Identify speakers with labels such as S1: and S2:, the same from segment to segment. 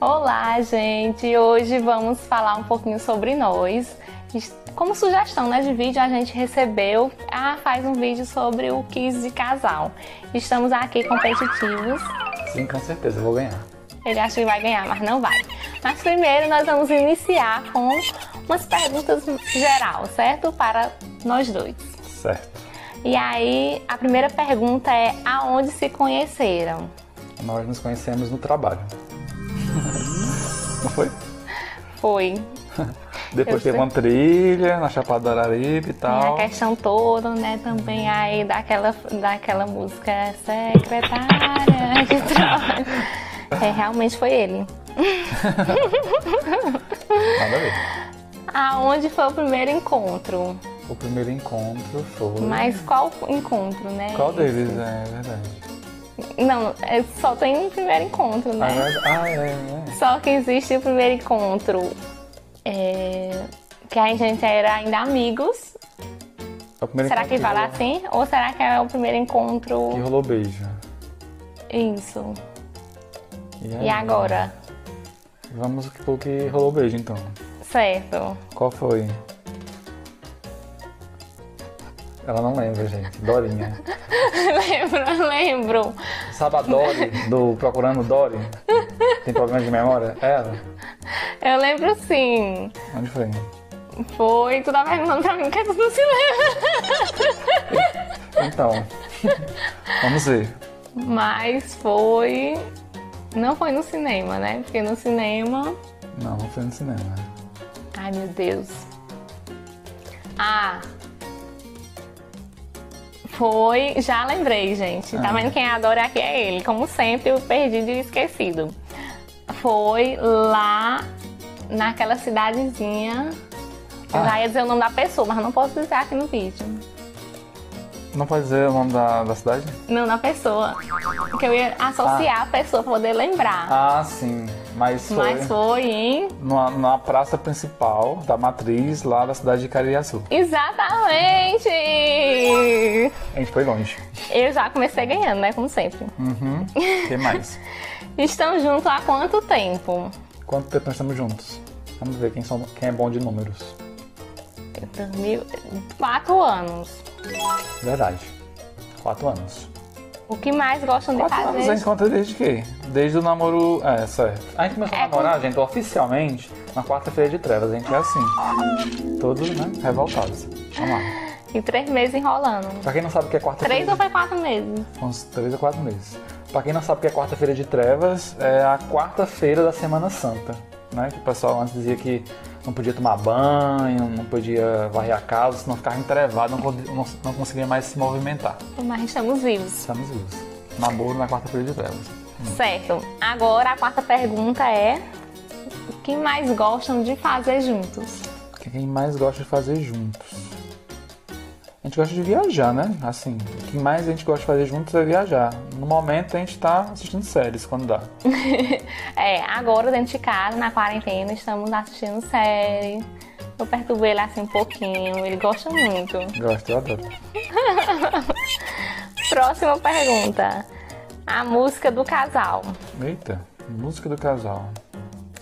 S1: Olá, gente! Hoje vamos falar um pouquinho sobre nós. Como sugestão né, de vídeo, a gente recebeu a faz um vídeo sobre o quiz de casal. Estamos aqui competitivos.
S2: Sim, com certeza, eu vou ganhar.
S1: Ele acha que vai ganhar, mas não vai. Mas primeiro nós vamos iniciar com umas perguntas geral, certo? Para nós dois.
S2: Certo.
S1: E aí, a primeira pergunta é aonde se conheceram?
S2: Nós nos conhecemos no trabalho. Não foi?
S1: Foi.
S2: Depois
S1: Eu
S2: teve
S1: sei. é
S2: uma trilha na Chapada do Araripe
S1: Tem
S2: e
S1: a
S2: tal. Uhum.
S1: questão toda, né? Também aí daquela, daquela música secretária que trabalha. É, realmente foi ele. é.
S2: Nada a ver.
S1: Aonde foi o primeiro encontro?
S2: O primeiro encontro foi.
S1: Mas qual encontro, né?
S2: Hum. Qual deles? É verdade.
S1: Não, é, só tem um primeiro encontro,
S2: Ah,
S1: né?
S2: mas- ah, é, é.
S1: Só que existe o primeiro encontro. é, que a gente era ainda amigos.
S2: É o primeiro
S1: será
S2: encontro
S1: que fala
S2: rolou-
S1: assim? Ou será que é o primeiro encontro?
S2: Que rolou beijo.
S1: Isso.
S2: aí?
S1: E agora?
S2: Vamos pro que rolou beijo então.
S1: Certo.
S2: Qual foi? Ela não lembra, gente. Dorinha.
S1: lembro, lembro.
S2: Sabe a Dory do Procurando Dory? Tem problema de memória? Ela?
S1: Eu lembro sim.
S2: Onde foi?
S1: Foi, tu tá perguntando pra mim que tu não se lembra.
S2: Então. Vamos ver.
S1: Mas foi. Não foi no cinema, né? Porque no cinema.
S2: Não, não foi no cinema.
S1: Ai meu Deus. Ah! Foi. Já lembrei, gente. Tá
S2: Ah.
S1: vendo quem adora aqui é ele. Como sempre, o perdido e o esquecido. Foi lá naquela cidadezinha. Eu
S2: Ah.
S1: já ia dizer o nome da pessoa, mas não posso dizer aqui no vídeo.
S2: Não pode dizer o nome da, da cidade?
S1: Não, na pessoa. Porque eu ia associar a pessoa pra poder lembrar.
S2: Ah, sim. Mas foi,
S1: Mas foi em.
S2: Numa, numa praça principal da Matriz, lá da cidade de Cariaçu.
S1: Exatamente!
S2: A gente foi longe.
S1: Eu já comecei ganhando, né? Como sempre.
S2: Uhum. O que mais?
S1: Estão juntos há quanto tempo?
S2: Quanto tempo nós estamos juntos? Vamos ver quem, são, quem é bom de números.
S1: 2000 Quatro anos.
S2: Verdade. Quatro anos.
S1: O que mais gostam de
S2: Quatro anos a gente
S1: fazer?
S2: conta desde que? Desde o namoro. É, certo. A gente começou a
S1: É,
S2: namorar, gente, oficialmente, na quarta-feira de trevas. A gente é assim. Todos, né? Revoltados. Vamos lá.
S1: E três meses enrolando.
S2: Pra quem não sabe o que é quarta-feira.
S1: Três ou foi quatro meses?
S2: Uns três ou quatro meses. Pra quem não sabe o que é quarta-feira de trevas, é a quarta-feira da Semana Santa. Né? Que o pessoal antes dizia que não podia tomar banho, não podia varrer a casa, senão ficava entrevado, não, pod- não- não conseguia mais se movimentar.
S1: Mas estamos vivos.
S2: Estamos vivos. Namoro na quarta-feira de trevas.
S1: Certo. Agora a quarta pergunta é: O que mais gostam de fazer juntos?
S2: O que a gente mais gosta de fazer juntos? A gente gosta de viajar, né? Assim, o que mais a gente gosta de fazer juntos é viajar. No momento a gente tá assistindo séries quando dá.
S1: É, agora dentro de casa, na quarentena, estamos assistindo série. Eu perturbei ele assim um pouquinho, ele gosta muito.
S2: Gosto, eu adoro.
S1: Próxima pergunta. A música do casal.
S2: Eita, música do casal.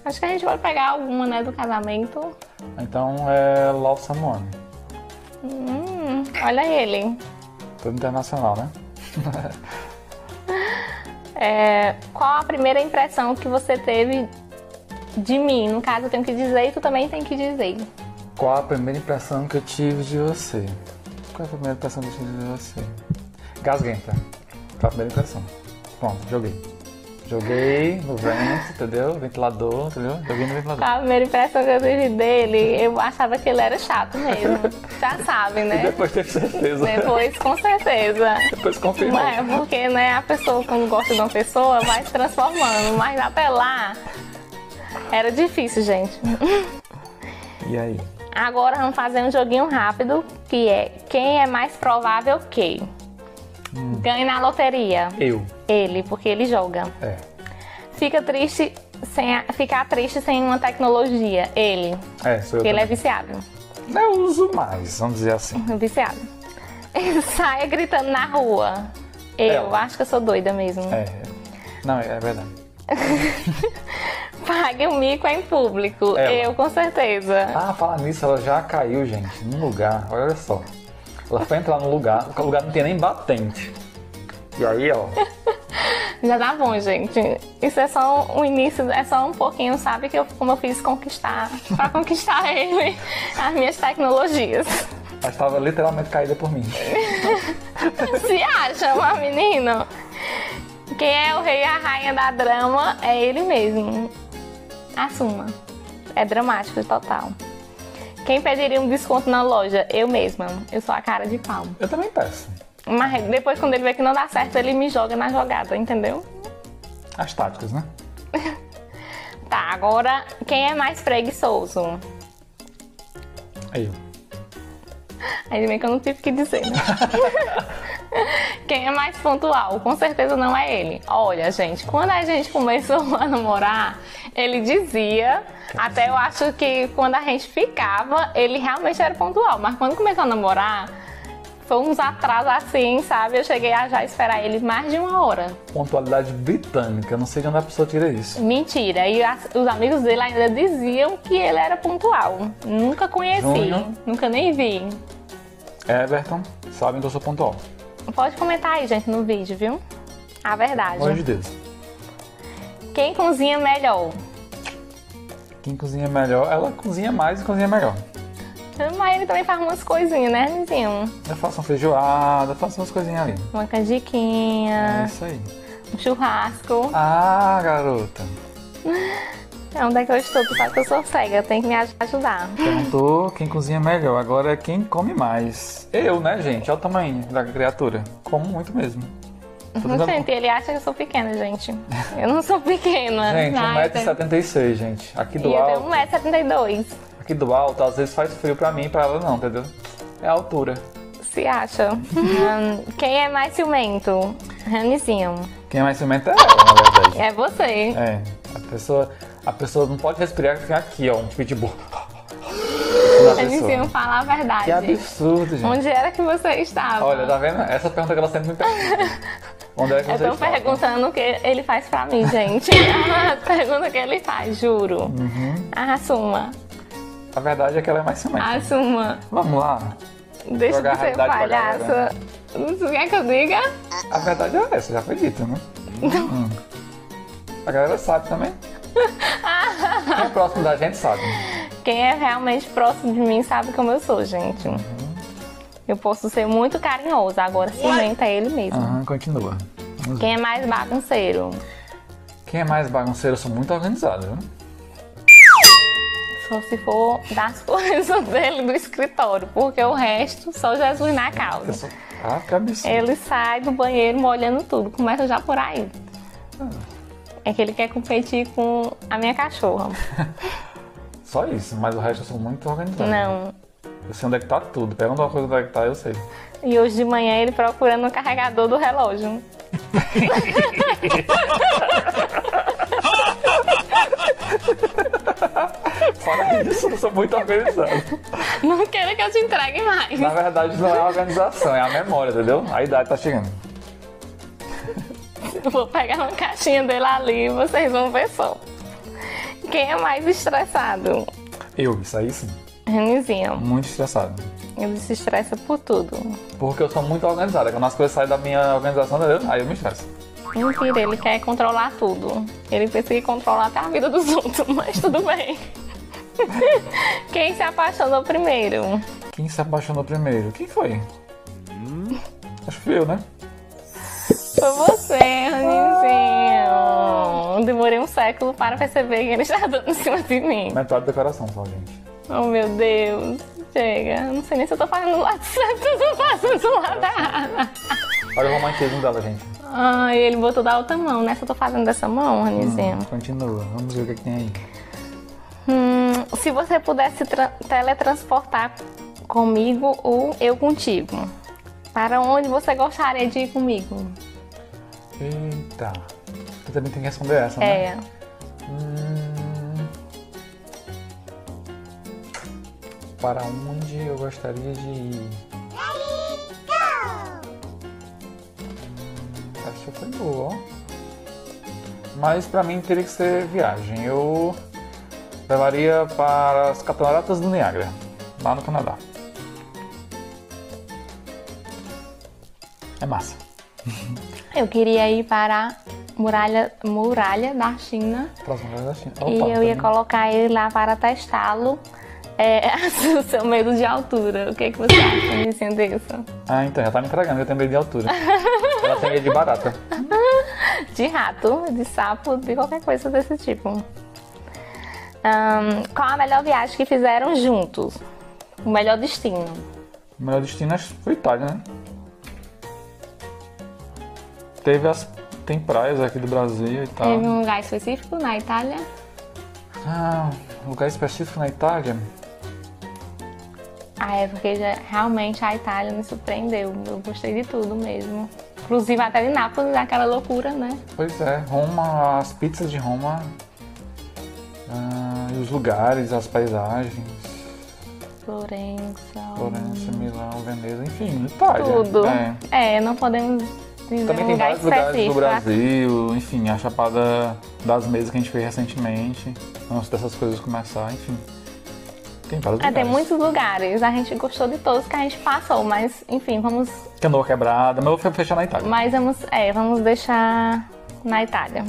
S1: Acho que a gente pode pegar alguma, né, do casamento.
S2: Então é Love Someone.
S1: Hum, olha ele.
S2: Todo internacional, né?
S1: É, qual a primeira impressão que você teve de mim? No caso, eu tenho que dizer e tu também tem que dizer.
S2: Qual a primeira impressão que eu tive de você? Qual a primeira impressão que eu tive de você? Gasguenta. Qual a primeira impressão? Pronto, joguei. Joguei no vento, entendeu? Ventilador, entendeu? Joguei no ventilador.
S1: A primeira impressão que eu tive dele, eu achava que ele era chato mesmo. Já sabe,
S2: E
S1: né?
S2: depois teve certeza.
S1: Depois, com certeza.
S2: Depois confirmou.
S1: É, porque né, a pessoa, quando gosta de uma pessoa, vai se transformando. Mas até lá, era difícil, gente.
S2: E aí?
S1: Agora vamos fazer um joguinho rápido, que é quem é mais provável que ganhe na loteria?
S2: Eu.
S1: Ele, porque ele joga.
S2: É.
S1: Fica triste sem a- ficar triste sem uma tecnologia? Ele,
S2: É, sou eu.
S1: porque ele é
S2: também.
S1: viciado.
S2: Eu uso mais, vamos dizer assim.
S1: Viciado. Saia gritando na rua. Eu
S2: Ela.
S1: acho que eu sou doida mesmo.
S2: É. Não, é verdade.
S1: Pague o mico em público.
S2: Ela.
S1: Eu, com certeza.
S2: Ah, falar nisso, ela já caiu, gente, num lugar, olha só. Ela foi entrar num lugar, o lugar não tem nem batente. E aí, ó,
S1: Já tá bom, gente. Isso é só o início, é só um pouquinho, sabe? Que eu, como eu fiz conquistar, pra conquistar ele, as minhas tecnologias.
S2: ela estava literalmente caída por mim.
S1: Se acha, mas menino. Quem é o rei e a rainha da drama é ele mesmo. Assuma. É dramático total. Quem pediria um desconto na loja? Eu mesma. Eu sou a cara de pau.
S2: Eu também peço.
S1: Mas depois, quando ele vê que não dá certo, ele me joga na jogada, entendeu?
S2: As táticas, né?
S1: Tá, agora quem é mais preguiçoso?
S2: Aí,
S1: Ainda bem que eu não tive que dizer. né? Quem é mais pontual? Com certeza não é ele. Olha, gente, quando a gente começou a namorar, ele dizia, até eu acho que quando a gente ficava, ele realmente era pontual, mas quando começou a namorar, foi uns atrasos assim, sabe? Eu cheguei a já esperar ele mais de uma hora.
S2: pontualidade britânica, eu não sei de onde a pessoa tira isso.
S1: Mentira, e as- os amigos dele ainda diziam que ele era pontual. Nunca conheci,
S2: Júnior.
S1: nunca nem vi.
S2: Everton, sabem que eu sou pontual.
S1: Pode comentar aí, gente, no vídeo, viu? A verdade.
S2: Longe de Deus.
S1: Quem cozinha melhor?
S2: Quem cozinha melhor, ela cozinha mais e cozinha melhor.
S1: Mas ele também faz umas coisinhas, né, Nizinho?
S2: Eu faço uma feijoada, faço umas coisinhas ali.
S1: Uma
S2: É
S1: canjiquinha,
S2: isso aí.
S1: um churrasco.
S2: Ah, garota.
S1: É onde é que eu estou? Tu sabe que eu sou cega, tem que me aj- ajudar.
S2: Perguntou um quem cozinha melhor, agora é quem come mais. Eu, né, gente? Olha o tamanho da criatura. Como muito mesmo. Tô
S1: Não
S2: tentando-
S1: gente, ele acha que eu sou pequena, gente. Eu não sou pequena.
S2: Gente,
S1: Ai, eu tenho-
S2: 1,76m, gente. Aqui
S1: né? E
S2: do
S1: eu tenho
S2: alto,
S1: 1,72m.
S2: aqui do alto, às vezes faz frio pra mim e pra ela não, entendeu? É a altura.
S1: Se acha. Hum, quem é mais ciumento? Ranizinho.
S2: Quem é mais ciumento é ela, na verdade.
S1: É você.
S2: É, a pessoa, a pessoa não pode respirar fica aqui, ó, um pitbull. Na
S1: Ranizinho,
S2: pessoa.
S1: fala a
S2: Que
S1: verdade.
S2: absurdo, gente.
S1: Onde era que você estava?
S2: Olha, tá vendo? Essa pergunta que ela sempre me pergunta. Onde é que
S1: Eu
S2: você
S1: tô
S2: está?
S1: Então perguntando o que ele faz pra mim, gente. Ah, Pergunta o que ele faz, juro.
S2: Uhum.
S1: Ah, Assuma.
S2: A verdade é que ela é mais ciumenta.
S1: Ah. Assuma.
S2: Vamos lá.
S1: Deixa
S2: Jogar
S1: de
S2: a
S1: ser
S2: realidade pra
S1: palhaça.
S2: galera. né?
S1: Você quer que eu diga?
S2: A verdade é essa, já foi dito, né? Hum. A galera sabe também. Quem é próximo da gente sabe.
S1: Quem é realmente próximo de mim sabe como eu sou, gente.
S2: Uhum.
S1: Eu posso ser muito carinhosa, agora cimenta ele mesmo.
S2: Aham, continua. Vamos ver.
S1: Quem é mais bagunceiro?
S2: Quem é mais bagunceiro, eu sou muito organizado, viu?
S1: Só se for das coisas dele do escritório, porque o resto só Jesus na
S2: Eu
S1: causa.
S2: sou... Ah, que absurdo.
S1: Ele sai do banheiro molhando tudo, começa já por aí. É que ele quer competir com a minha cachorra.
S2: Só isso, mas o resto eu sou muito organizado.
S1: Não.
S2: Eu sei onde é que tá tudo. Pergunta uma coisa onde é que tá, eu sei.
S1: E hoje de manhã ele procurando o carregador do relógio.
S2: Fora isso, eu sou muito organizado.
S1: Não quero que eu te entregue mais.
S2: Na verdade, não é a organização, é a memória, entendeu? A idade tá chegando.
S1: Eu vou pegar uma caixinha dele ali e vocês vão ver só. Quem é mais estressado?
S2: Eu, isso aí sim.
S1: Renizinho.
S2: Muito estressado.
S1: Ele se estressa por tudo.
S2: Porque eu sou muito organizado. É Quando as coisas saem da minha organização, entendeu? Aí eu me estresso.
S1: Mentira, ele quer controlar tudo. Ele pensa que controlar até a vida dos outros, mas tudo bem. Quem se apaixonou primeiro?
S2: Quem se apaixonou primeiro? Quem foi? Acho que fui eu, né?
S1: Foi você, Ranizinho. Demorei um século para perceber que ele está dando em cima de mim.
S2: Metade do coração só, gente.
S1: Oh, meu Deus. Chega. Não sei nem se eu tô fazendo do lado certo ou se eu tô fazendo do lado errado.
S2: Olha o romantismo dela, gente.
S1: Ai, ele botou da outra mão, né? Se eu tô fazendo dessa mão, Ranizinho.
S2: Hum, Continua. Vamos ver o que, que tem aí.
S1: Hum, se você pudesse tra- teletransportar comigo ou eu contigo, para onde você gostaria de ir comigo?
S2: Eita. Tu também tem que responder essa, né?
S1: É.
S2: Hum. Para onde eu gostaria de ir? Hum, Acho que foi boa, ó. Mas pra mim teria que ser viagem. Eu levaria para as cataratas do Niágara, lá no Canadá. É massa.
S1: Eu queria ir para a muralha, muralha da China
S2: Próximo lugar da China.
S1: e
S2: é assim. Opa,
S1: eu ia
S2: também.
S1: colocar ele lá para testá-lo. É, o seu medo de altura. O que, é que você acha, Vicentessa?
S2: Ah, então, já tá me entregando, eu tenho medo de altura. Ela tem medo de barata.
S1: De rato, de sapo, de qualquer coisa desse tipo. Ahn, qual a melhor viagem que fizeram juntos? O melhor destino?
S2: O melhor destino acho que foi Itália, né? Teve as. Tem praias aqui do Brasil e tal.
S1: Teve um lugar específico na Itália?
S2: Ah, lugar específico na Itália?
S1: Ah, é porque já- realmente a Itália me surpreendeu. Eu gostei de tudo mesmo. Inclusive até de Nápoles, aquela loucura, né?
S2: Pois é, Roma, as pizzas de Roma. ah, e os lugares, as paisagens.
S1: Florença.
S2: Florença, Milão, Veneza, enfim, Itália.
S1: Tudo.
S2: É.
S1: É, não podemos dizer
S2: Também
S1: um
S2: tem
S1: lugar
S2: vários lugares
S1: específico.
S2: do Brasil, enfim, a Chapada das Mesas que a gente fez recentemente, antes dessas coisas começar, enfim. Tem vários
S1: É,
S2: lugares.
S1: tem muitos lugares. A gente gostou de todos que a gente passou, mas enfim, vamos,
S2: Canoa Quebrada, mas eu vou fechar na Itália.
S1: mas vamos, é, vamos deixar na Itália.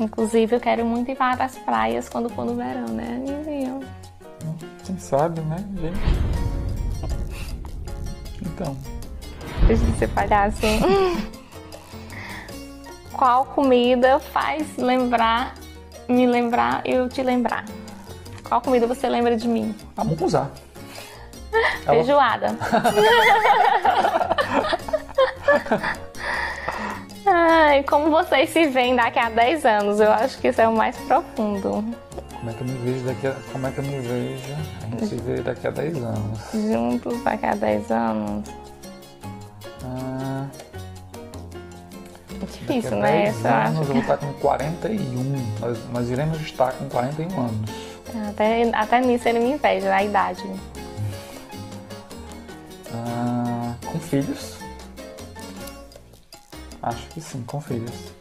S1: Inclusive, eu quero muito ir para as praias quando for no verão, né, Nizinho?
S2: Quem sabe, né, gente? Então,
S1: Deixa de ser palhaço. Qual comida faz lembrar, me lembrar, eu te lembrar? Qual comida você lembra de mim?
S2: a mucuzá. Ela-
S1: Feijoada. Ai, como vocês se veem daqui a 10 anos? Eu acho que isso é o mais profundo.
S2: Como é que eu me vejo daqui a... Como é que eu me vejo? A gente se vê daqui a 10 anos.
S1: Juntos daqui a 10 anos.
S2: Ah,
S1: É
S2: daqui a
S1: difícil, né?
S2: 10
S1: Essa eu acho
S2: anos eu vou estar com 41. Nós, nós iremos estar com 41 anos.
S1: Até, até nisso ele me inveja, na idade.
S2: Ah, com filhos? Acho que sim, com filhos.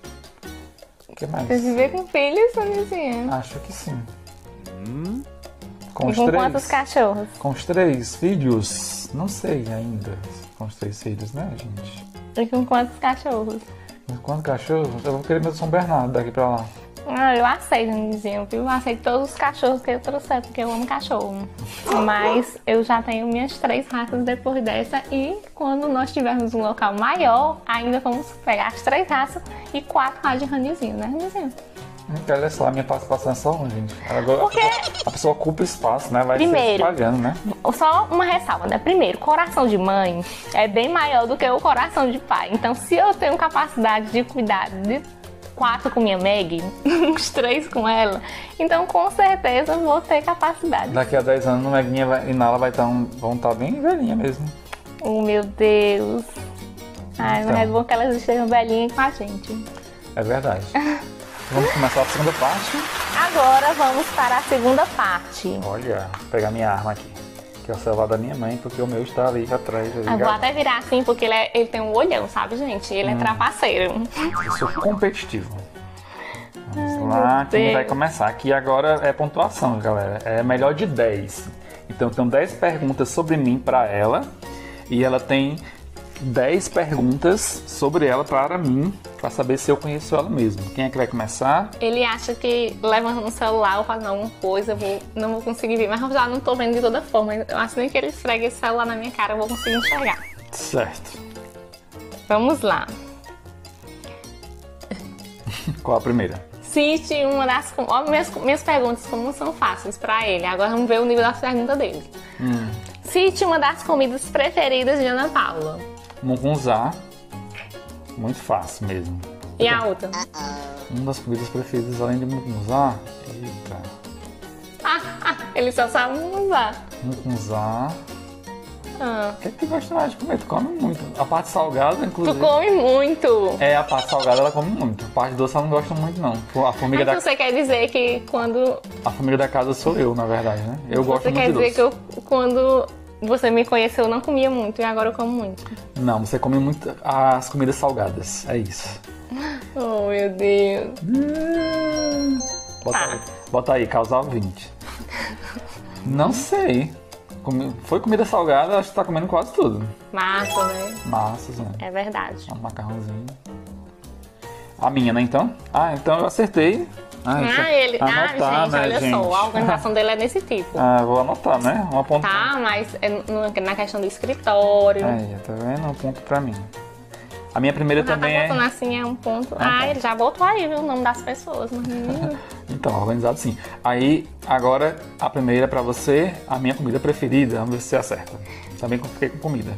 S2: O que mais?
S1: Você se vê com filhos, Sonizinha?
S2: Acho que sim. Com
S1: E
S2: os
S1: com
S2: três?
S1: quantos cachorros?
S2: Com os três filhos? Não sei ainda. Com os três filhos, né, gente?
S1: E com quantos cachorros?
S2: Mas quanto cachorro? Eu vou querer meu São Bernardo daqui pra lá.
S1: Ah, eu aceito, Nizinho, viu? Eu aceito todos os cachorros que eu trouxer, porque eu amo cachorro. Mas eu já tenho minhas três raças depois dessa e quando nós tivermos um local maior, ainda vamos pegar as três raças e quatro raças de ranizinho, né, Ranizinho?
S2: Hum, Olha só, a minha participação é só um, gente. Agora,
S1: Porque
S2: a pessoa ocupa espaço, né? Vai se
S1: Primeiro.
S2: espalhando, né?
S1: Só uma ressalva, né? Primeiro, coração de mãe é bem maior do que o coração de pai. Então, se eu tenho capacidade de cuidar de quatro com minha Meg, uns três com ela, então com certeza eu vou ter capacidade.
S2: Daqui a 10 anos, Meguinha vai- e Nala vai tá um- vão estar bem velhinha mesmo.
S1: Oh, meu Deus. Ai,
S2: Então.
S1: mas é bom que elas estejam velhinhas com a gente.
S2: É verdade. Vamos começar a segunda parte.
S1: Agora vamos para a segunda parte.
S2: Olha, vou pegar minha arma aqui. Que é o celular da minha mãe, porque o meu está ali atrás. Ali,
S1: Eu vou
S2: ligado.
S1: até virar assim, porque ele, é- ele tem um olhão, sabe, gente? Ele é trapaceiro.
S2: Eu sou é competitivo. Vamos lá,
S1: meu
S2: quem
S1: Deus.
S2: vai começar? Aqui agora é pontuação, galera. É melhor de 10. Então eu tenho 10 perguntas sobre mim para ela. E ela tem 10 perguntas sobre ela para mim, para saber se eu conheço ela mesmo. Quem é que vai começar?
S1: Ele acha que levantando o celular ou fazendo alguma coisa, eu vou, não vou conseguir ver. Mas eu já não tô vendo de toda forma. Eu acho nem que ele esfregue esse celular na minha cara, eu vou conseguir enxergar.
S2: Certo.
S1: Vamos lá.
S2: Qual a primeira?
S1: Cite uma das. Ó, minhas, minhas perguntas como são fáceis pra ele. Agora vamos ver o nível da pergunta dele.
S2: Hum.
S1: Cite uma das comidas preferidas de Ana Paula.
S2: Mugunzá. Muito fácil mesmo.
S1: E a outra?
S2: Uma das comidas preferidas além de mugunzá. Eita.
S1: Ah, ele só sabe usar.
S2: Mugunzá.
S1: Ah,
S2: O que, é que tu gosta mais de comer? Tu come muito. A parte salgada,
S1: tu
S2: inclusive.
S1: come muito.
S2: É, a parte salgada ela come muito. A parte doce ela não gosta muito, não. A formiga, da,
S1: Mas você quer dizer que quando
S2: a formiga da casa sou eu, na verdade, né? Eu gosto
S1: Você
S2: muito
S1: quer
S2: de
S1: dizer
S2: doce.
S1: que eu, quando você me conheceu, eu não comia muito e agora eu como muito.
S2: Não, você come muito as comidas salgadas. É isso.
S1: Oh, meu Deus.
S2: Bota
S1: Tá.
S2: aí. Bota aí, causal 20. Não sei. Comi- Foi comida salgada, acho que tá comendo quase tudo.
S1: Massa, né?
S2: Massas, né?
S1: É verdade.
S2: Um macarrãozinho. A minha, né, então? Ah, então eu acertei. deixa eu
S1: Ah, ele. ah,
S2: anotar,
S1: gente,
S2: né,
S1: olha
S2: gente?
S1: só, a organização dele é desse tipo.
S2: Ah, vou anotar, né? Um ponto.
S1: Tá, mas é no- na questão do escritório.
S2: Aí, tá vendo? Um ponto pra mim. A minha primeira
S1: Já tá
S2: também é...
S1: botando assim, é um ponto.
S2: Ah,
S1: Ah,
S2: tá.
S1: ele já botou aí, viu? O nome das pessoas. Mas... hum,
S2: Então, organizado sim. Aí, agora, a primeira pra você, a minha comida preferida. Vamos ver se você acerta. Também com- fiquei com comida.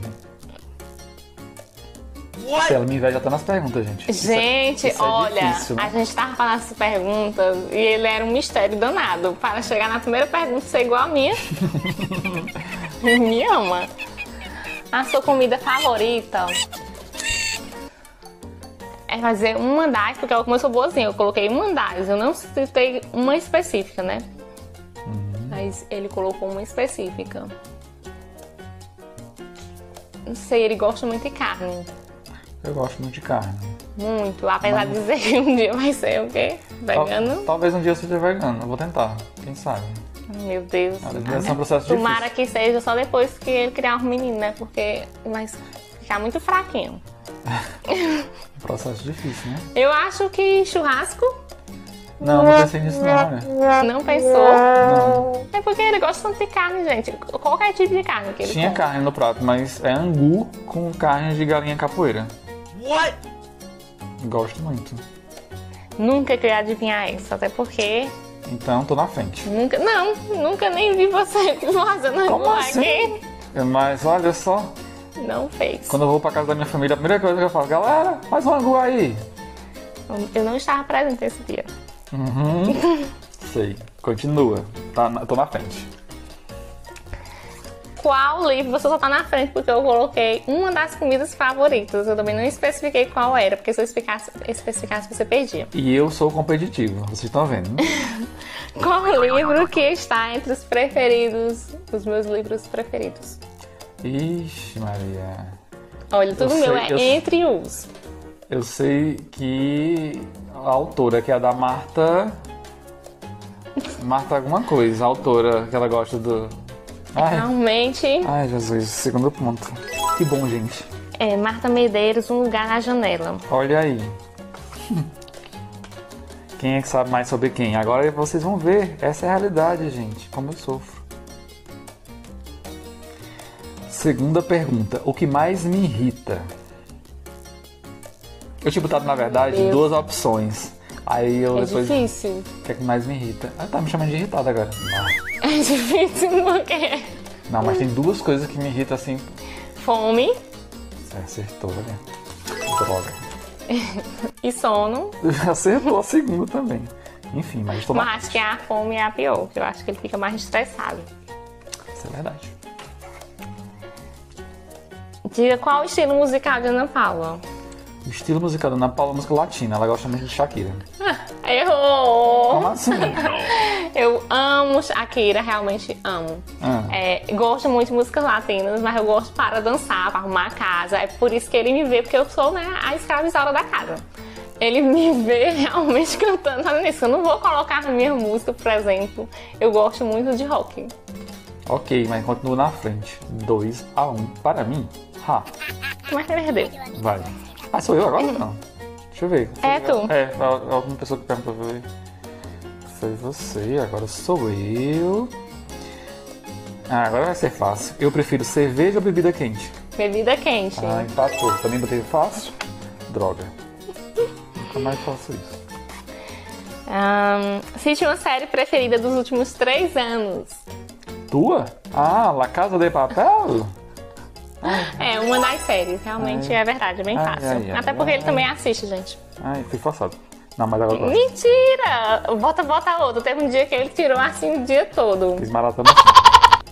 S2: Se ela me inveja até nas perguntas, gente. Isso é-
S1: Gente,
S2: isso é
S1: olha,
S2: difícil, né?
S1: a gente tava falando essas perguntas e ele era um mistério danado. Para chegar na primeira pergunta ser igual a minha. Ele me ama. A sua comida favorita? É fazer um mandais, porque ela começou boazinha. Eu coloquei um mandais, eu não citei uma específica, né?
S2: Uhum.
S1: Mas ele colocou uma específica. Não sei, ele gosta muito de carne.
S2: Eu gosto muito de carne.
S1: Muito, apesar de dizer que um dia vai ser o quê?
S2: Tal-
S1: Vegano?
S2: talvez um dia eu seja vegano. Eu vou tentar. Quem sabe?
S1: Meu Deus.
S2: Deve ser um processo difícil.
S1: Tomara que seja só depois que ele criar um menino, né? Porque vai ficar muito fraquinho.
S2: Um processo difícil, né?
S1: Eu acho que churrasco
S2: Não, não pensei nisso não, olha.
S1: não pensou.
S2: Não.
S1: É porque ele gosta tanto de carne, gente. Qualquer tipo de carne que ele
S2: Tinha
S1: come.
S2: carne no prato, mas é angu com carne de galinha capoeira.
S3: What?
S2: Gosto muito.
S1: Nunca queria adivinhar isso, até porque
S2: Então, tô na frente.
S1: nunca. Não, nunca nem vi você fazendo
S2: Como
S1: aqui.
S2: assim? Mas olha só,
S1: Não fez.
S2: Quando eu vou pra casa da minha família, a primeira coisa que eu falo, galera, faz um angu aí.
S1: Eu não estava presente esse dia.
S2: Uhum. Sei. Continua. Tá, na- tô na frente.
S1: qual livro você só tá na frente, porque eu coloquei uma das comidas favoritas. Eu também não especifiquei qual era, porque se eu explicasse, especificasse, você perdia.
S2: E eu sou competitivo, vocês estão vendo. né?
S1: Qual livro que está entre os preferidos, os meus livros preferidos?
S2: Ixi, Maria.
S1: Olha, tudo
S2: Eu
S1: meu
S2: sei,
S1: é
S2: eu sei.
S1: entre os.
S2: Eu sei que a autora, que é a da Marta. Marta alguma coisa, a autora que ela gosta do. Ai,
S1: Realmente,
S2: ai, Jesus, segundo ponto. Que bom, gente.
S1: é Marta Medeiros, Um Lugar na Janela.
S2: Olha aí. Quem é que sabe mais sobre quem? Agora vocês vão ver. Essa é a realidade, gente. Como eu sofro. Segunda pergunta. O que mais me irrita? Eu tinha botado, na verdade,
S1: Deus.
S2: duas opções. Aí eu
S1: É
S2: depois.
S1: difícil.
S2: O que é que mais me irrita? Ah, tá me chamando de irritado agora.
S1: É difícil porque... é
S2: Não, mas tem duas coisas que me irritam assim.
S1: Fome
S2: Você acertou, né? Droga.
S1: e sono,
S2: Acertou a segunda também. Enfim, mas estou
S1: mas acho que a fome é a pior, que eu acho que ele fica mais estressado.
S2: Isso é verdade.
S1: Diga qual o estilo musical de Ana Paula?
S2: O estilo musical da Ana Paula é música latina, ela gosta muito de Shakira. Como
S1: Errou!
S2: assim?
S1: Eu amo Shakira, realmente amo.
S2: Ah,
S1: É, gosto muito de músicas latinas, mas eu gosto para dançar, para arrumar a casa. É por isso que ele me vê, porque eu sou né, a escravizada da casa. Ele me vê realmente cantando sabe nisso. Eu não vou colocar na minha música, por exemplo. Eu gosto muito de rock.
S2: ok, mas continua na frente. 2 a 1 um. para mim. Ha,
S1: Como é que ele perdeu?
S2: vai. Ah, sou eu agora? Não. Deixa eu ver.
S1: É tu.
S2: É, é alguma pessoa que perguntou pra ver. Foi você, agora sou eu. Ah, agora vai ser fácil. Eu prefiro cerveja ou bebida quente?
S1: Bebida quente.
S2: Ah, empatou. Também botei fácil? Droga. Nunca mais faço isso.
S1: Ahn, cite uma série preferida dos últimos três anos.
S2: Tua? Ah, La Casa de Papel?
S1: É, uma das séries, realmente é verdade, é bem
S2: Ai,
S1: fácil.
S2: ai, ai,
S1: Até porque
S2: ai.
S1: ele também assiste, gente.
S2: Ai, fui forçado. Não, mas agora eu gosto.
S1: Mentira! Bota, bota outro. Teve um dia que ele tirou assim o dia todo.
S2: Fiz maratona.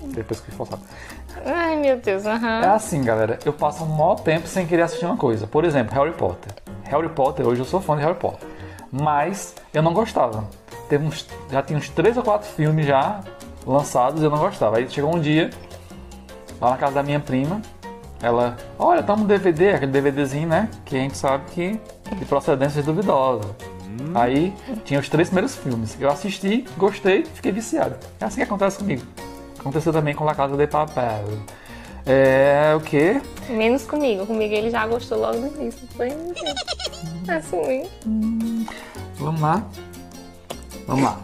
S2: Depois que fui forçado.
S1: Ai, meu Deus,
S2: É
S1: aham.
S2: assim, galera. Eu passo um maior tempo sem querer assistir uma coisa. Por exemplo, Harry Potter. Harry Potter, hoje eu sou fã de Harry Potter. Mas eu não gostava. Teve uns, já tinha uns três ou quatro filmes já lançados e eu não gostava. Aí chegou um dia, lá na casa da minha prima, ela, olha, tá um DVD, aquele DVDzinho, né? Que a gente sabe que de procedência duvidosa. Aí tinha os três primeiros filmes. Eu assisti, gostei, fiquei viciado. É assim que acontece comigo. Aconteceu também com La Casa de Papel. É o quê?
S1: Menos comigo. Comigo ele já gostou logo no início. Foi um assim.
S2: Vamos lá. Vamos lá.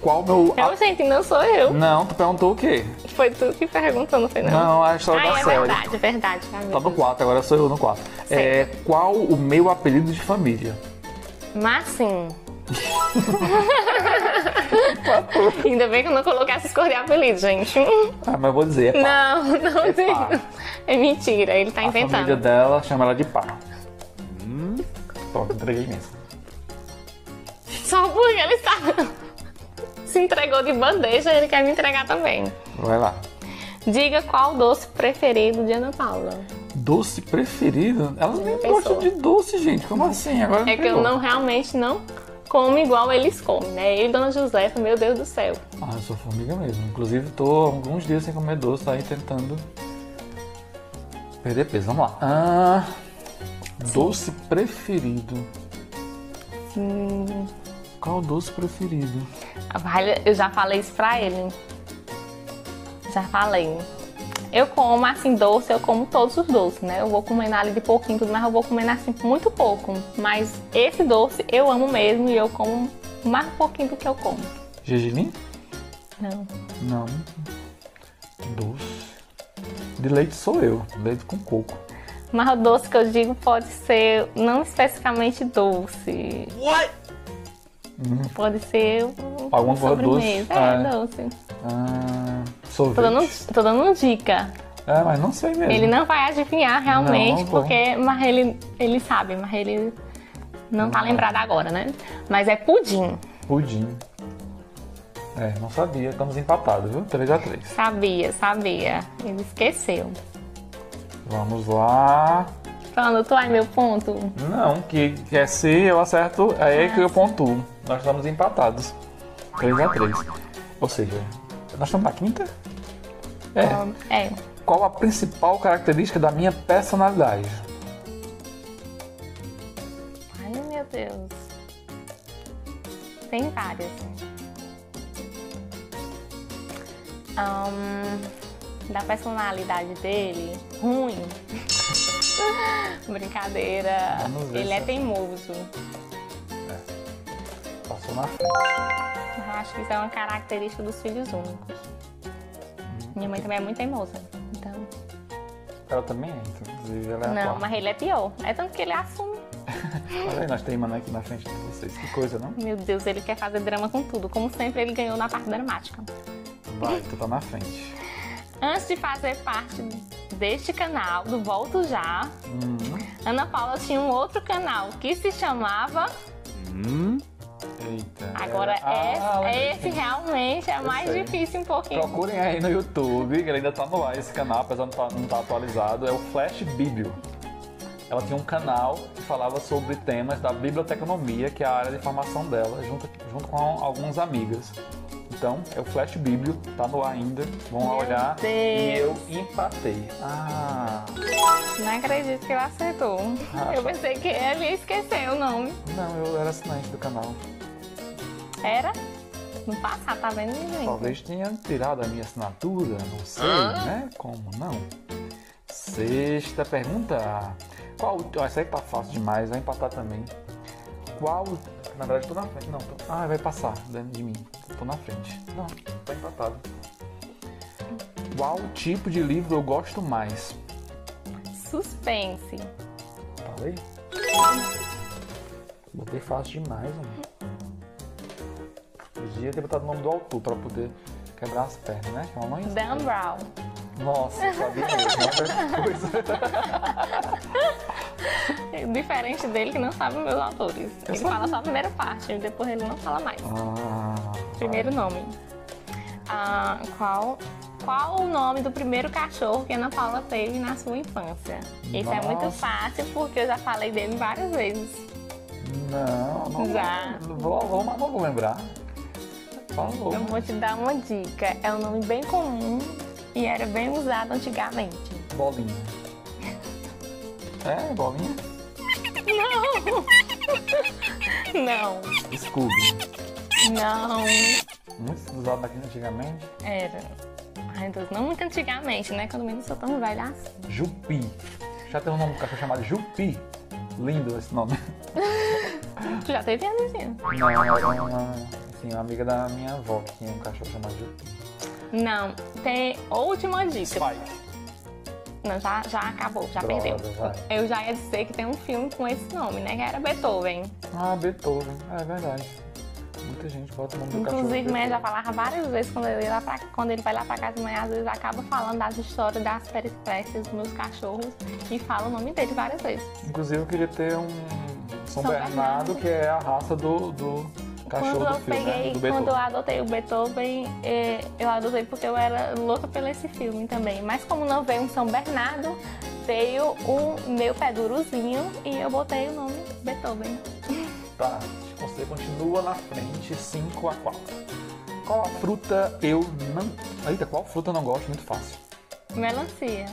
S2: Qual meu.
S1: Eu, gente, não sou eu.
S2: Não, tu perguntou o quê?
S1: Foi tu que perguntou, não foi não?
S2: Hum. Não, a história
S1: Ah,
S2: da
S1: é
S2: série.
S1: verdade, é verdade. Ai, meu
S2: Tá no
S1: Deus.
S2: 4, agora sou eu no 4. É, qual o meu apelido de família?
S1: Mas sim. Ainda bem que eu não coloquei essas cores de apelido, gente.
S2: Ah, mas eu vou dizer, é pá.
S1: Não, não tem.
S2: pá.
S1: É mentira, ele tá
S2: A família
S1: inventando.
S2: dela chama ela de pá. Hum, Pronto, entreguei mesmo.
S1: Só porque ele está. Se entregou de bandeja, ele quer me entregar também.
S2: Vai lá.
S1: Diga qual o doce preferido de Ana Paula.
S2: Doce preferido? Ela nem
S1: pessoa.
S2: gosta de doce, gente. Como assim? Agora
S1: É que eu
S2: pegou.
S1: não realmente não como igual eles comem, né? Eu e Dona Josefa, meu Deus do céu.
S2: Ah, eu sou formiga mesmo. Inclusive, tô há alguns dias sem comer doce, aí tentando perder peso. Vamos lá. Ah, doce preferido. Qual o doce preferido?
S1: Vale, eu já falei isso pra ele. Já falei. Eu como assim doce, eu como todos os doces, né? Eu vou comendo ali de pouquinho tudo, mas eu vou comendo assim muito pouco. Mas esse doce eu amo mesmo e eu como mais pouquinho do que eu como.
S2: Gergelim?
S1: Não.
S2: Não. Doce. De leite sou eu. Leite com coco.
S1: Mas o doce que eu digo pode ser não especificamente doce. Pode ser um-
S2: Uhum. Alguma coisa
S1: sobremesa.
S2: doce.
S1: É,
S2: Ah, é.
S1: doce.
S2: Ah,
S1: Tô
S2: sorvete.
S1: dando, tô dando dica.
S2: É, mas não sei mesmo.
S1: Ele não vai adivinhar realmente,
S2: Não, bom.
S1: porque mas ele, ele sabe, mas ele não
S2: Uhum.
S1: tá lembrado agora, né? Mas é pudim,
S2: Pudim. É, não sabia. Estamos empatados, viu? 3x3.
S1: sabia, sabia. Ele esqueceu.
S2: Vamos lá.
S1: Pronto, tu ai meu ponto.
S2: Não, que, que é se eu acerto, aí é que eu
S1: Ah,
S2: pontuo. Nós estamos empatados. 3x3. Ou seja, nós estamos na quinta? É.
S1: É,
S2: Qual a principal característica da minha personalidade?
S1: ai meu Deus. Tem várias. Ahn, da personalidade dele, ruim. Brincadeira.
S2: Vamos ver
S1: Ele é
S2: se-
S1: teimoso.
S2: Passou na frente.
S1: Eu acho que isso é uma característica dos filhos únicos.
S2: Hum,
S1: Minha mãe também é muito teimosa. Então,
S2: Ela também é, inclusive ela é a
S1: não,
S2: quarta.
S1: mas ele é pior. É tanto que ele assume.
S2: Olha aí, nós temos aqui na frente de vocês. Que coisa, não?
S1: Meu Deus, ele quer fazer drama com tudo. Como sempre, ele ganhou na parte dramática.
S2: Vai, tu tá na frente.
S1: Antes de fazer parte deste canal, do Volto Já,
S2: Hum,
S1: Ana Paula tinha um outro canal que se chamava.
S2: eita.
S1: Agora,
S2: é- Ah, lembrei.
S1: esse, esse realmente é mais
S2: sei.
S1: difícil um pouquinho.
S2: Procurem aí no YouTube, que ele ainda tá no ar esse canal, apesar de não tá- não estar atualizado, é o Flash Bíblio. Ela tinha um canal que falava sobre temas da biblioteconomia, que é a área de formação dela, junto, junto com algumas amigas. Então, é o Flash Bíblio, tá no ar ainda, vão lá
S1: Meu
S2: olhar. E eu
S1: Deus.
S2: empatei. Ah,
S1: Não acredito que ele acertou.
S2: Ah,
S1: Eu pensei que ele ia esquecer o nome.
S2: não, eu era assinante do canal.
S1: Era? No passado, tá vendo, gente?
S2: Talvez tenha tirado a minha assinatura, não sei, né? Como não? Sexta pergunta. Qual. ó, Essa aí tá fácil demais, vai empatar também. Qual. Na verdade, eu tô na frente. Não, tô... Ah, vai passar dentro de mim. Tô na frente. Não, tá empatado. Qual tipo de livro eu gosto mais?
S1: Suspense.
S2: Falei? Botei fácil demais, mano. Podia ter botado o nome do autor pra poder quebrar as pernas, né? Que é uma mãe.
S1: Dan Brown.
S2: Nossa, é eu sabia mesmo. Outra coisa.
S1: Diferente dele que não sabe os meus autores. Ele fala só a primeira parte, e depois ele não fala mais.
S2: Ah,
S1: Primeiro nome. Ah, qual, qual o nome do primeiro cachorro que Ana Paula teve na sua infância? Isso é muito
S2: Nossa.
S1: fácil porque eu já falei dele várias vezes.
S2: Não, não.
S1: Já.
S2: Vou, vou, mas não vou lembrar. Falou.
S1: Eu vou te dar uma dica. É um nome bem comum e era bem usado antigamente.
S2: Bolinha. É, bolinha?
S1: Não! Não,
S2: Scooby.
S1: não.
S2: Muito usado aqui antigamente.
S1: Era. Ai, Deus, não muito antigamente, né? Quando eu não sou tão velha assim.
S2: Jupi. Já tem um nome um cachorro chamado Jupi. Lindo esse nome.
S1: Tu já teve Andrezinha?
S2: Não, era uma, assim, uma amiga da minha avó que tinha um cachorro chamado Jupi.
S1: Não. Tem última dica.
S2: Spike.
S1: Não, já, já acabou, já
S2: Droga,
S1: perdeu.
S2: vai.
S1: Eu já ia dizer que tem um filme com esse nome, né? Que era Beethoven.
S2: Ah, Beethoven. É verdade. Muita gente bota o nome do cachorro.
S1: Inclusive, mãe
S2: Beethoven.
S1: já falava várias vezes quando ele, ia lá pra, quando ele vai lá pra casa, mãe às vezes acaba falando das histórias das peripécias dos meus cachorros e fala o nome dele várias vezes.
S2: Inclusive, eu queria ter um
S1: São
S2: São, Bernardo,
S1: Bernardo.
S2: que é a raça do, do cachorro
S1: quando
S2: do
S1: eu
S2: filme, né?
S1: peguei,
S2: do
S1: quando eu
S2: Beethoven.
S1: adotei o Beethoven, eh, eu adotei porque eu era louca pelo esse filme também. Mas como não veio um São Bernardo, veio o meu pé durozinho e eu botei o nome Beethoven.
S2: Tá, você continua na frente, 5 a 4. Qual a fruta eu não... Eita, qual fruta eu não gosto? Muito fácil.
S1: Melancia.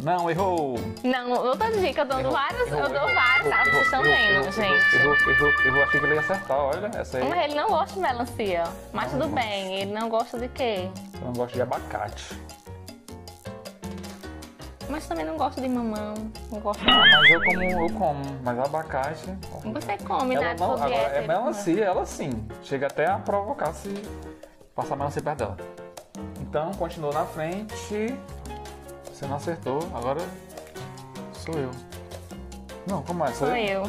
S2: Não, errou!
S1: Não, outra dica, eu dou vários, eu dou vários, tá? Vocês estão vendo, gente.
S2: Errou, errou, errou. Achei que ele ia acertar, olha. Essa aí,
S1: Mas ele não é. gosta de melancia. Mas
S2: Não
S1: tudo
S2: gosta.
S1: bem, ele não gosta de quê?
S2: eu não gosto de abacate.
S1: Mas também não gosta de mamão, não gosta
S2: Ah,
S1: de...
S2: Mas eu como, eu como. Mas abacate...
S1: Você come,
S2: Ela
S1: né?
S2: não,
S1: sua
S2: agora,
S1: dieta,
S2: é
S1: ele come.
S2: melancia, ela sim. Chega até a provocar se passar melancia perto dela. Então, continuou na frente. Você não acertou, agora sou eu. Não, como é? Sou
S1: Sou eu.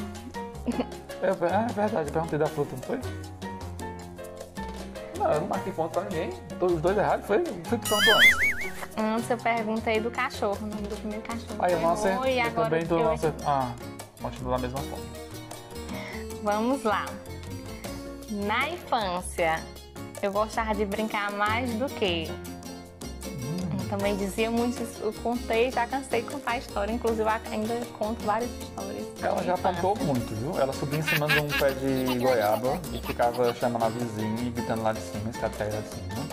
S2: É, ver- ah, é verdade, eu perguntei da fruta, não foi? Não, eu não marquei ponto pra ninguém. Tô- Os dois errados, foi, foi que perguntou antes.
S1: Antes eu perguntei do cachorro, o nome do primeiro cachorro.
S2: Aí é- eu não
S1: Errou,
S2: acertei.
S1: E
S2: Eu
S1: agora
S2: também tô
S1: eu-
S2: não acertando. Ah, continua da mesma forma.
S1: Vamos lá. Na infância, eu gostava de brincar mais do que. Eu também dizia muito isso, eu contei, já cansei de contar a história, inclusive eu ainda conto várias histórias. Então,
S2: Ela já apontou muito, viu? Ela subia em cima de um pé de goiaba e ficava chamando a vizinha e gritando lá de cima, escateia lá de cima.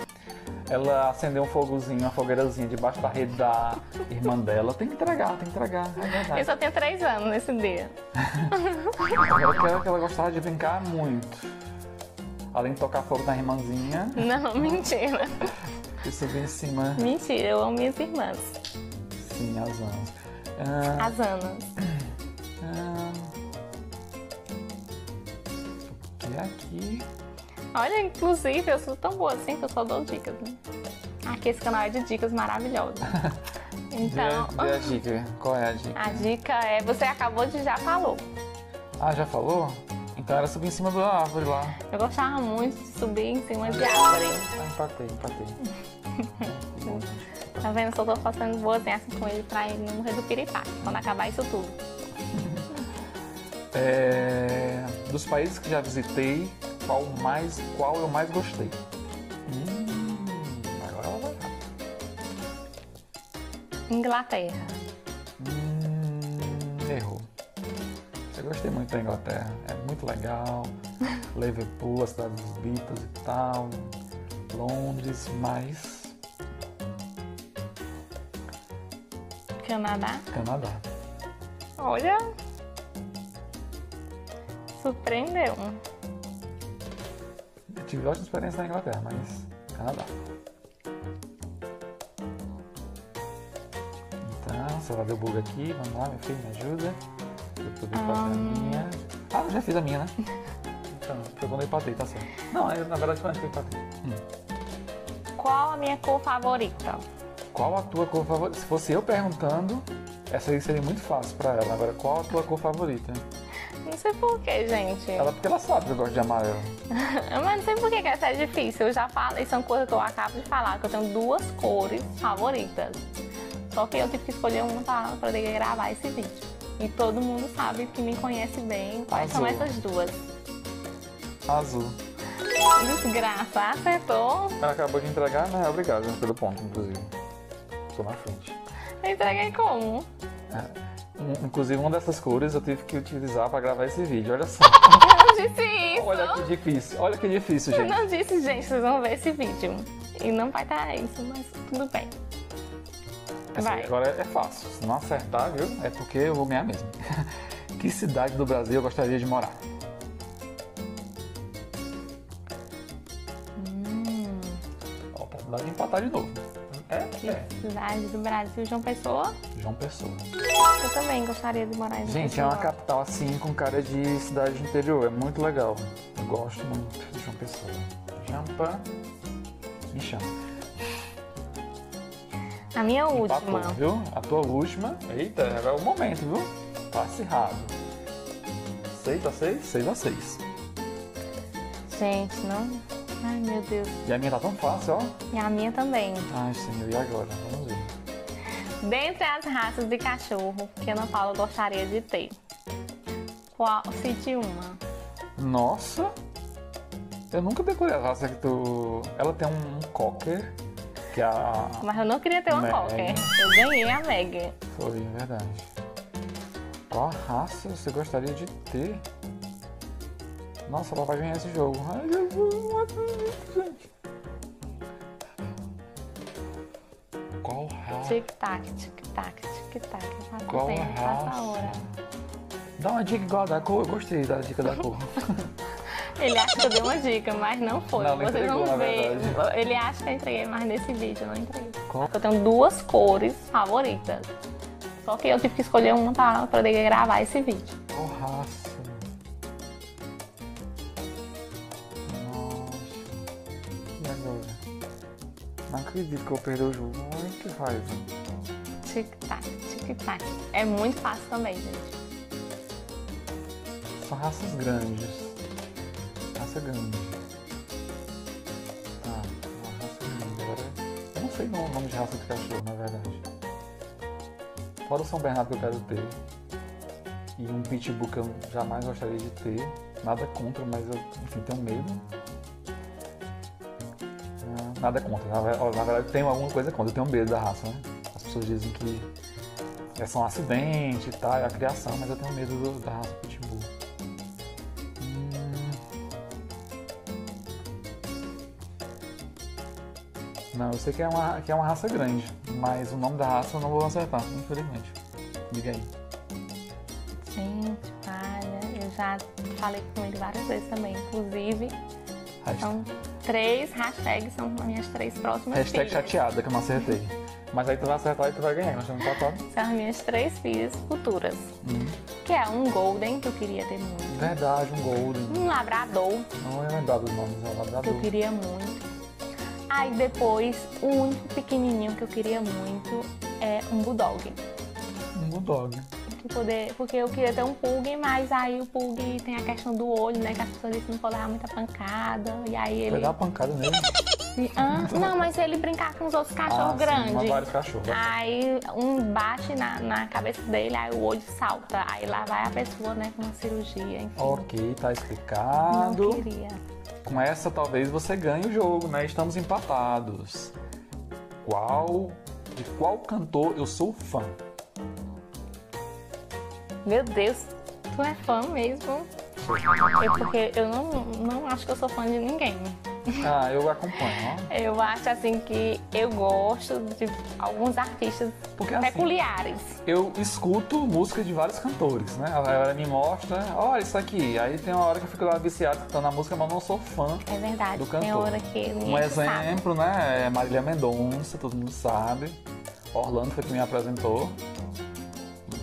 S2: Ela acendeu um fogozinho, uma fogueirazinha debaixo da rede da irmã dela. Tem que entregar, tem que entregar, é
S1: Eu
S2: verdade.
S1: só tenho três anos nesse dia.
S2: Agora que ela, que ela gostava de brincar muito. Além de tocar fogo na irmãzinha
S1: Não, mentira.
S2: e subir em cima,
S1: Mentira, eu amo minhas irmãs.
S2: sim, as anos. Ah,
S1: As Anas.
S2: ah. O que é aqui?
S1: Olha, inclusive, eu sou tão boa assim que eu só dou dicas. Né? Aqui esse canal é de dicas maravilhosas. Então,
S2: Dê, dê a dica. Qual é a dica?
S1: a dica é: você acabou de já falou.
S2: Ah, já falou? Então era subir em cima da árvore lá.
S1: Eu gostava muito de subir em cima de árvore.
S2: Ah, empatei, empatei.
S1: Tá vendo? Só tô passando boazinha assim com ele pra ele não morrer do piripaque quando acabar isso tudo.
S2: É, dos países que já visitei, qual mais, qual eu mais gostei? Hum, agora ela vai. lá.
S1: Inglaterra.
S2: Hum, errou. Eu gostei muito da Inglaterra. É muito legal. Liverpool, a cidade dos Beatles e tal. Londres, mas
S1: Canadá.
S2: Canadá.
S1: Olha. Surpreendeu.
S2: Eu tive ótima experiência na Inglaterra, mas Canadá. Então, você vai ver o bug aqui, vamos lá, meu filho, me ajuda. Eu poder fazer a minha. Ah, eu já fiz a minha, né? Então, foi quando eu empatei, tá certo. Não, eu, na verdade foi antes que eu empatei. Hum.
S1: Qual a minha cor favorita?
S2: Qual a tua cor favorita? Se fosse eu perguntando, essa aí seria muito fácil pra ela. Agora, qual a tua cor favorita?
S1: Não sei porquê, gente.
S2: Ela, porque ela sabe que eu gosto de amarelo.
S1: Mas não sei por que que essa é difícil. Eu já falei, são coisas que eu acabo de falar, que eu tenho duas cores favoritas. Só que eu tive que escolher uma para poder gravar esse vídeo. E todo mundo sabe que me conhece bem quais são
S2: Azul.
S1: essas duas.
S2: Azul.
S1: Desgraça, acertou.
S2: Ela acabou de entregar, né? Obrigado pelo ponto, inclusive. Tô na frente.
S1: Eu Entreguei como?
S2: Um- Inclusive, uma dessas cores eu tive que utilizar pra gravar esse vídeo. Olha só.
S1: Eu não disse isso.
S2: Olha que difícil. Olha que difícil,
S1: Eu
S2: gente.
S1: não disse, gente, vocês vão ver esse vídeo. E não vai estar isso, mas tudo bem.
S2: Essa aí
S1: vai.
S2: Assim, agora é fácil. Se não acertar, viu? É porque eu vou ganhar mesmo. Que cidade do Brasil eu gostaria de morar? Ó, oportunidade de empatar de novo. É, é.
S1: Cidade do Brasil, João Pessoa.
S2: João Pessoa.
S1: Eu também gostaria de morar em João
S2: Gente, é
S1: Pessoa.
S2: uma capital assim com cara de cidade de interior. É muito legal. Eu gosto muito de João Pessoa. Jampa. Me chama.
S1: A minha
S2: Empatou,
S1: última.
S2: viu? A tua última. Eita, agora é o momento, viu? Tá acirrado. 6 a 6? 6 a 6.
S1: Gente, não. Ai, meu Deus.
S2: E a minha tá tão fácil, ó.
S1: E a minha também.
S2: Ai, senhor, e agora? Vamos ver.
S1: Dentre as raças de cachorro que Ana Paula gostaria de ter, qual? Cite uma.
S2: Nossa! Eu nunca decorei a raça que tu. Ela tem um cocker, que é a.
S1: Mas eu não queria ter uma
S2: Meg.
S1: qualquer. Eu ganhei a Meg.
S2: Foi, é verdade. Qual raça você gostaria de ter? Nossa, ela vai ganhar esse jogo. Ai, eu não acredito, gente. Qual raça?
S1: Tic-tac, tic-tac, tic-tac. Já tô
S2: Qual
S1: tendo, passa a hora.
S2: raça? Dá uma dica igual a da cor. Eu gostei da dica da cor.
S1: Ele acha que eu dei uma dica, mas não foi.
S2: Não, não
S1: Vocês
S2: entregou,
S1: vão
S2: na
S1: ver.
S2: verdade.
S1: Ele acha que eu entreguei, mas nesse vídeo eu não entreguei.
S2: Qual?
S1: Eu tenho duas cores favoritas. Só que eu tive que escolher uma pra pra poder gravar esse vídeo.
S2: Qual raça? Nossa. E agora? Não acredito que eu perdi o jogo. Ai, que raiva.
S1: Tic-tac, tic-tac. É muito fácil também, gente.
S2: São raças grandes. Raça grande. Tá, uma raça grande. Agora, eu não sei o nome de raça de cachorro, na verdade. Fora o São Bernardo que eu quero ter. E um pitbull que eu jamais gostaria de ter. Nada contra, mas eu, enfim, tenho medo. Ah, Nada contra. Na, ver- ó, na verdade, eu tenho alguma coisa contra. Eu tenho medo da raça, né? As pessoas dizem que é só um acidente e tal, é a criação, mas eu tenho medo do- da raça pitbull. Não, eu sei que é, uma, que é uma raça grande, mas o nome da raça eu não vou acertar, infelizmente. Diga aí.
S1: Gente, olha, eu já falei com ele várias vezes também. Inclusive,
S2: Hashtag,
S1: são três hashtags, são as minhas três próximas
S2: hashtag
S1: filhas.
S2: chateada que eu não acertei. Mas aí tu vai acertar e tu vai ganhar, nós estamos empatados.
S1: São as minhas três filhas futuras.
S2: Hum.
S1: Que é um golden, que eu queria ter muito.
S2: Verdade, um Golden.
S1: Um labrador,
S2: Não é lembrado dos nomes, é um
S1: que eu
S2: labrador.
S1: queria muito. Aí depois, o único pequenininho que eu queria muito é um bulldog.
S2: Um Bulldog.
S1: Que poder- porque eu queria ter um pug, mas aí o pug tem a questão do olho, né? Que as pessoas dizem que não pode dar muita pancada. E aí
S2: Vai
S1: ele.
S2: dar uma pancada nele.
S1: Ah, não, mas se ele brincar com os outros cachorros
S2: Ah, sim, mas
S1: grandes.
S2: vários cachorros.
S1: Aí um bate na, na cabeça dele, aí o olho salta. Aí lá vai a pessoa, né, com uma cirurgia, enfim.
S2: Ok, tá
S1: não
S2: explicado.
S1: queria.
S2: Com essa, talvez você ganhe o jogo, né? Estamos empatados. Qual. De qual cantor eu sou fã?
S1: Meu Deus, tu é fã mesmo? É porque eu não, não acho que eu sou fã de ninguém.
S2: Ah, eu acompanho, ó.
S1: Eu acho assim que eu gosto de alguns artistas
S2: Porque assim,
S1: peculiares.
S2: eu escuto música de vários cantores, né? Ela ela me mostra, olha isso aqui. Aí tem uma hora que eu fico lá viciado cantando a música, mas não sou fã.
S1: É verdade,
S2: Do
S1: tem
S2: cantor.
S1: hora que ninguém
S2: Um
S1: sabe.
S2: exemplo, né? É Marília Mendonça, todo mundo sabe. Orlando foi quem me apresentou.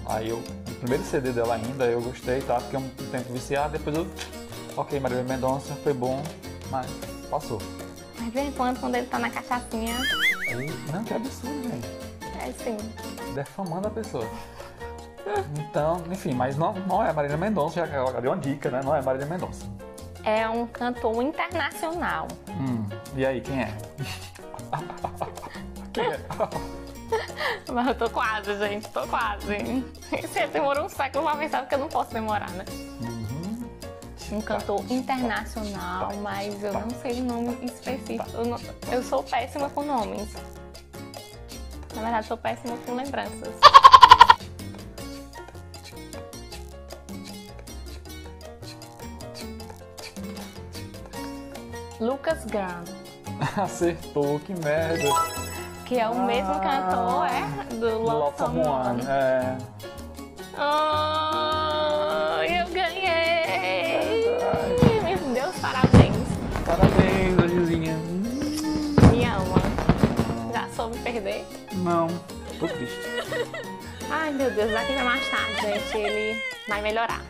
S2: Aí eu, o primeiro CD dela ainda, eu gostei, tá? Fiquei um tempo viciado, depois eu. Ok, Marília Mendonça, foi bom, mas passou.
S1: Mas de vez em quando, quando ele tá na cachaçinha,
S2: Aí, não, que absurdo, gente.
S1: é assim.
S2: Defamando a pessoa. Então, enfim, mas não, não é Marília Mendonça, já que ela deu uma dica, né? Não é Marília Mendonça.
S1: É um cantor internacional.
S2: Hum, e aí, quem é? quem é?
S1: Mas eu tô quase, gente, tô quase. Você demorou um século pra pensar porque eu não posso demorar, né?
S2: Uhum.
S1: Um cantor internacional, mas eu não sei o nome específico. Eu, não- eu sou péssima com nomes. Na verdade, sou péssima com lembranças. Lucas Graham,
S2: Acertou, que merda.
S1: que é o mesmo
S2: Ah,
S1: cantor, é? Do
S2: Love
S1: Love Someone. né?
S2: Someone. É.
S1: Ai, eu ganhei! Meu Deus, parabéns!
S2: Parabéns, Angelzinha.
S1: Me ama. Já soube perder?
S2: Não, tô triste.
S1: Ai, meu Deus, daqui pra mais tarde, gente, ele vai melhorar,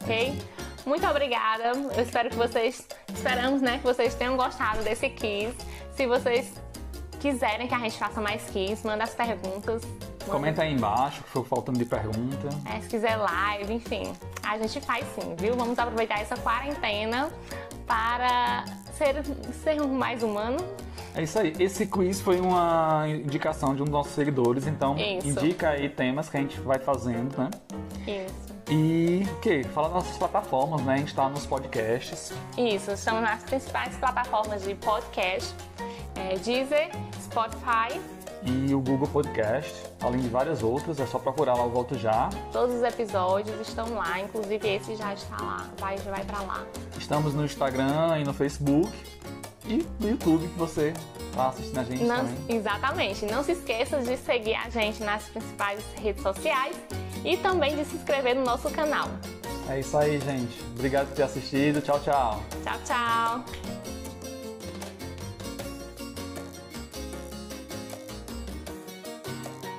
S1: ok? Muito obrigada. Eu espero que vocês, esperamos, né, que vocês tenham gostado desse quiz. Se vocês quiserem que a gente faça mais quiz, manda as perguntas. Manda-
S2: Comenta aí embaixo, que ficou faltando de pergunta.
S1: É, se quiser live, enfim, a gente faz sim, viu? Vamos aproveitar essa quarentena para ser, ser mais humano.
S2: É isso aí. Esse quiz foi uma indicação de um dos nossos seguidores, então
S1: Isso.
S2: indica aí temas que a gente vai fazendo, né?
S1: Isso.
S2: E o que? Fala das nossas plataformas, né? A gente tá nos podcasts.
S1: Isso, estamos nas principais plataformas de podcast, é, Deezer, Spotify.
S2: e o Google Podcast, além de várias outras, é só procurar lá o Volto Já.
S1: Todos os episódios estão lá, inclusive esse já está lá, vai, vai para lá.
S2: Estamos no Instagram e no Facebook e no YouTube que você tá assistindo a gente
S1: Não-
S2: também.
S1: exatamente. Não se esqueça de seguir a gente nas principais redes sociais e também de se inscrever no nosso canal.
S2: É isso aí, gente. Obrigado por ter assistido. Tchau, tchau.
S1: Tchau, tchau!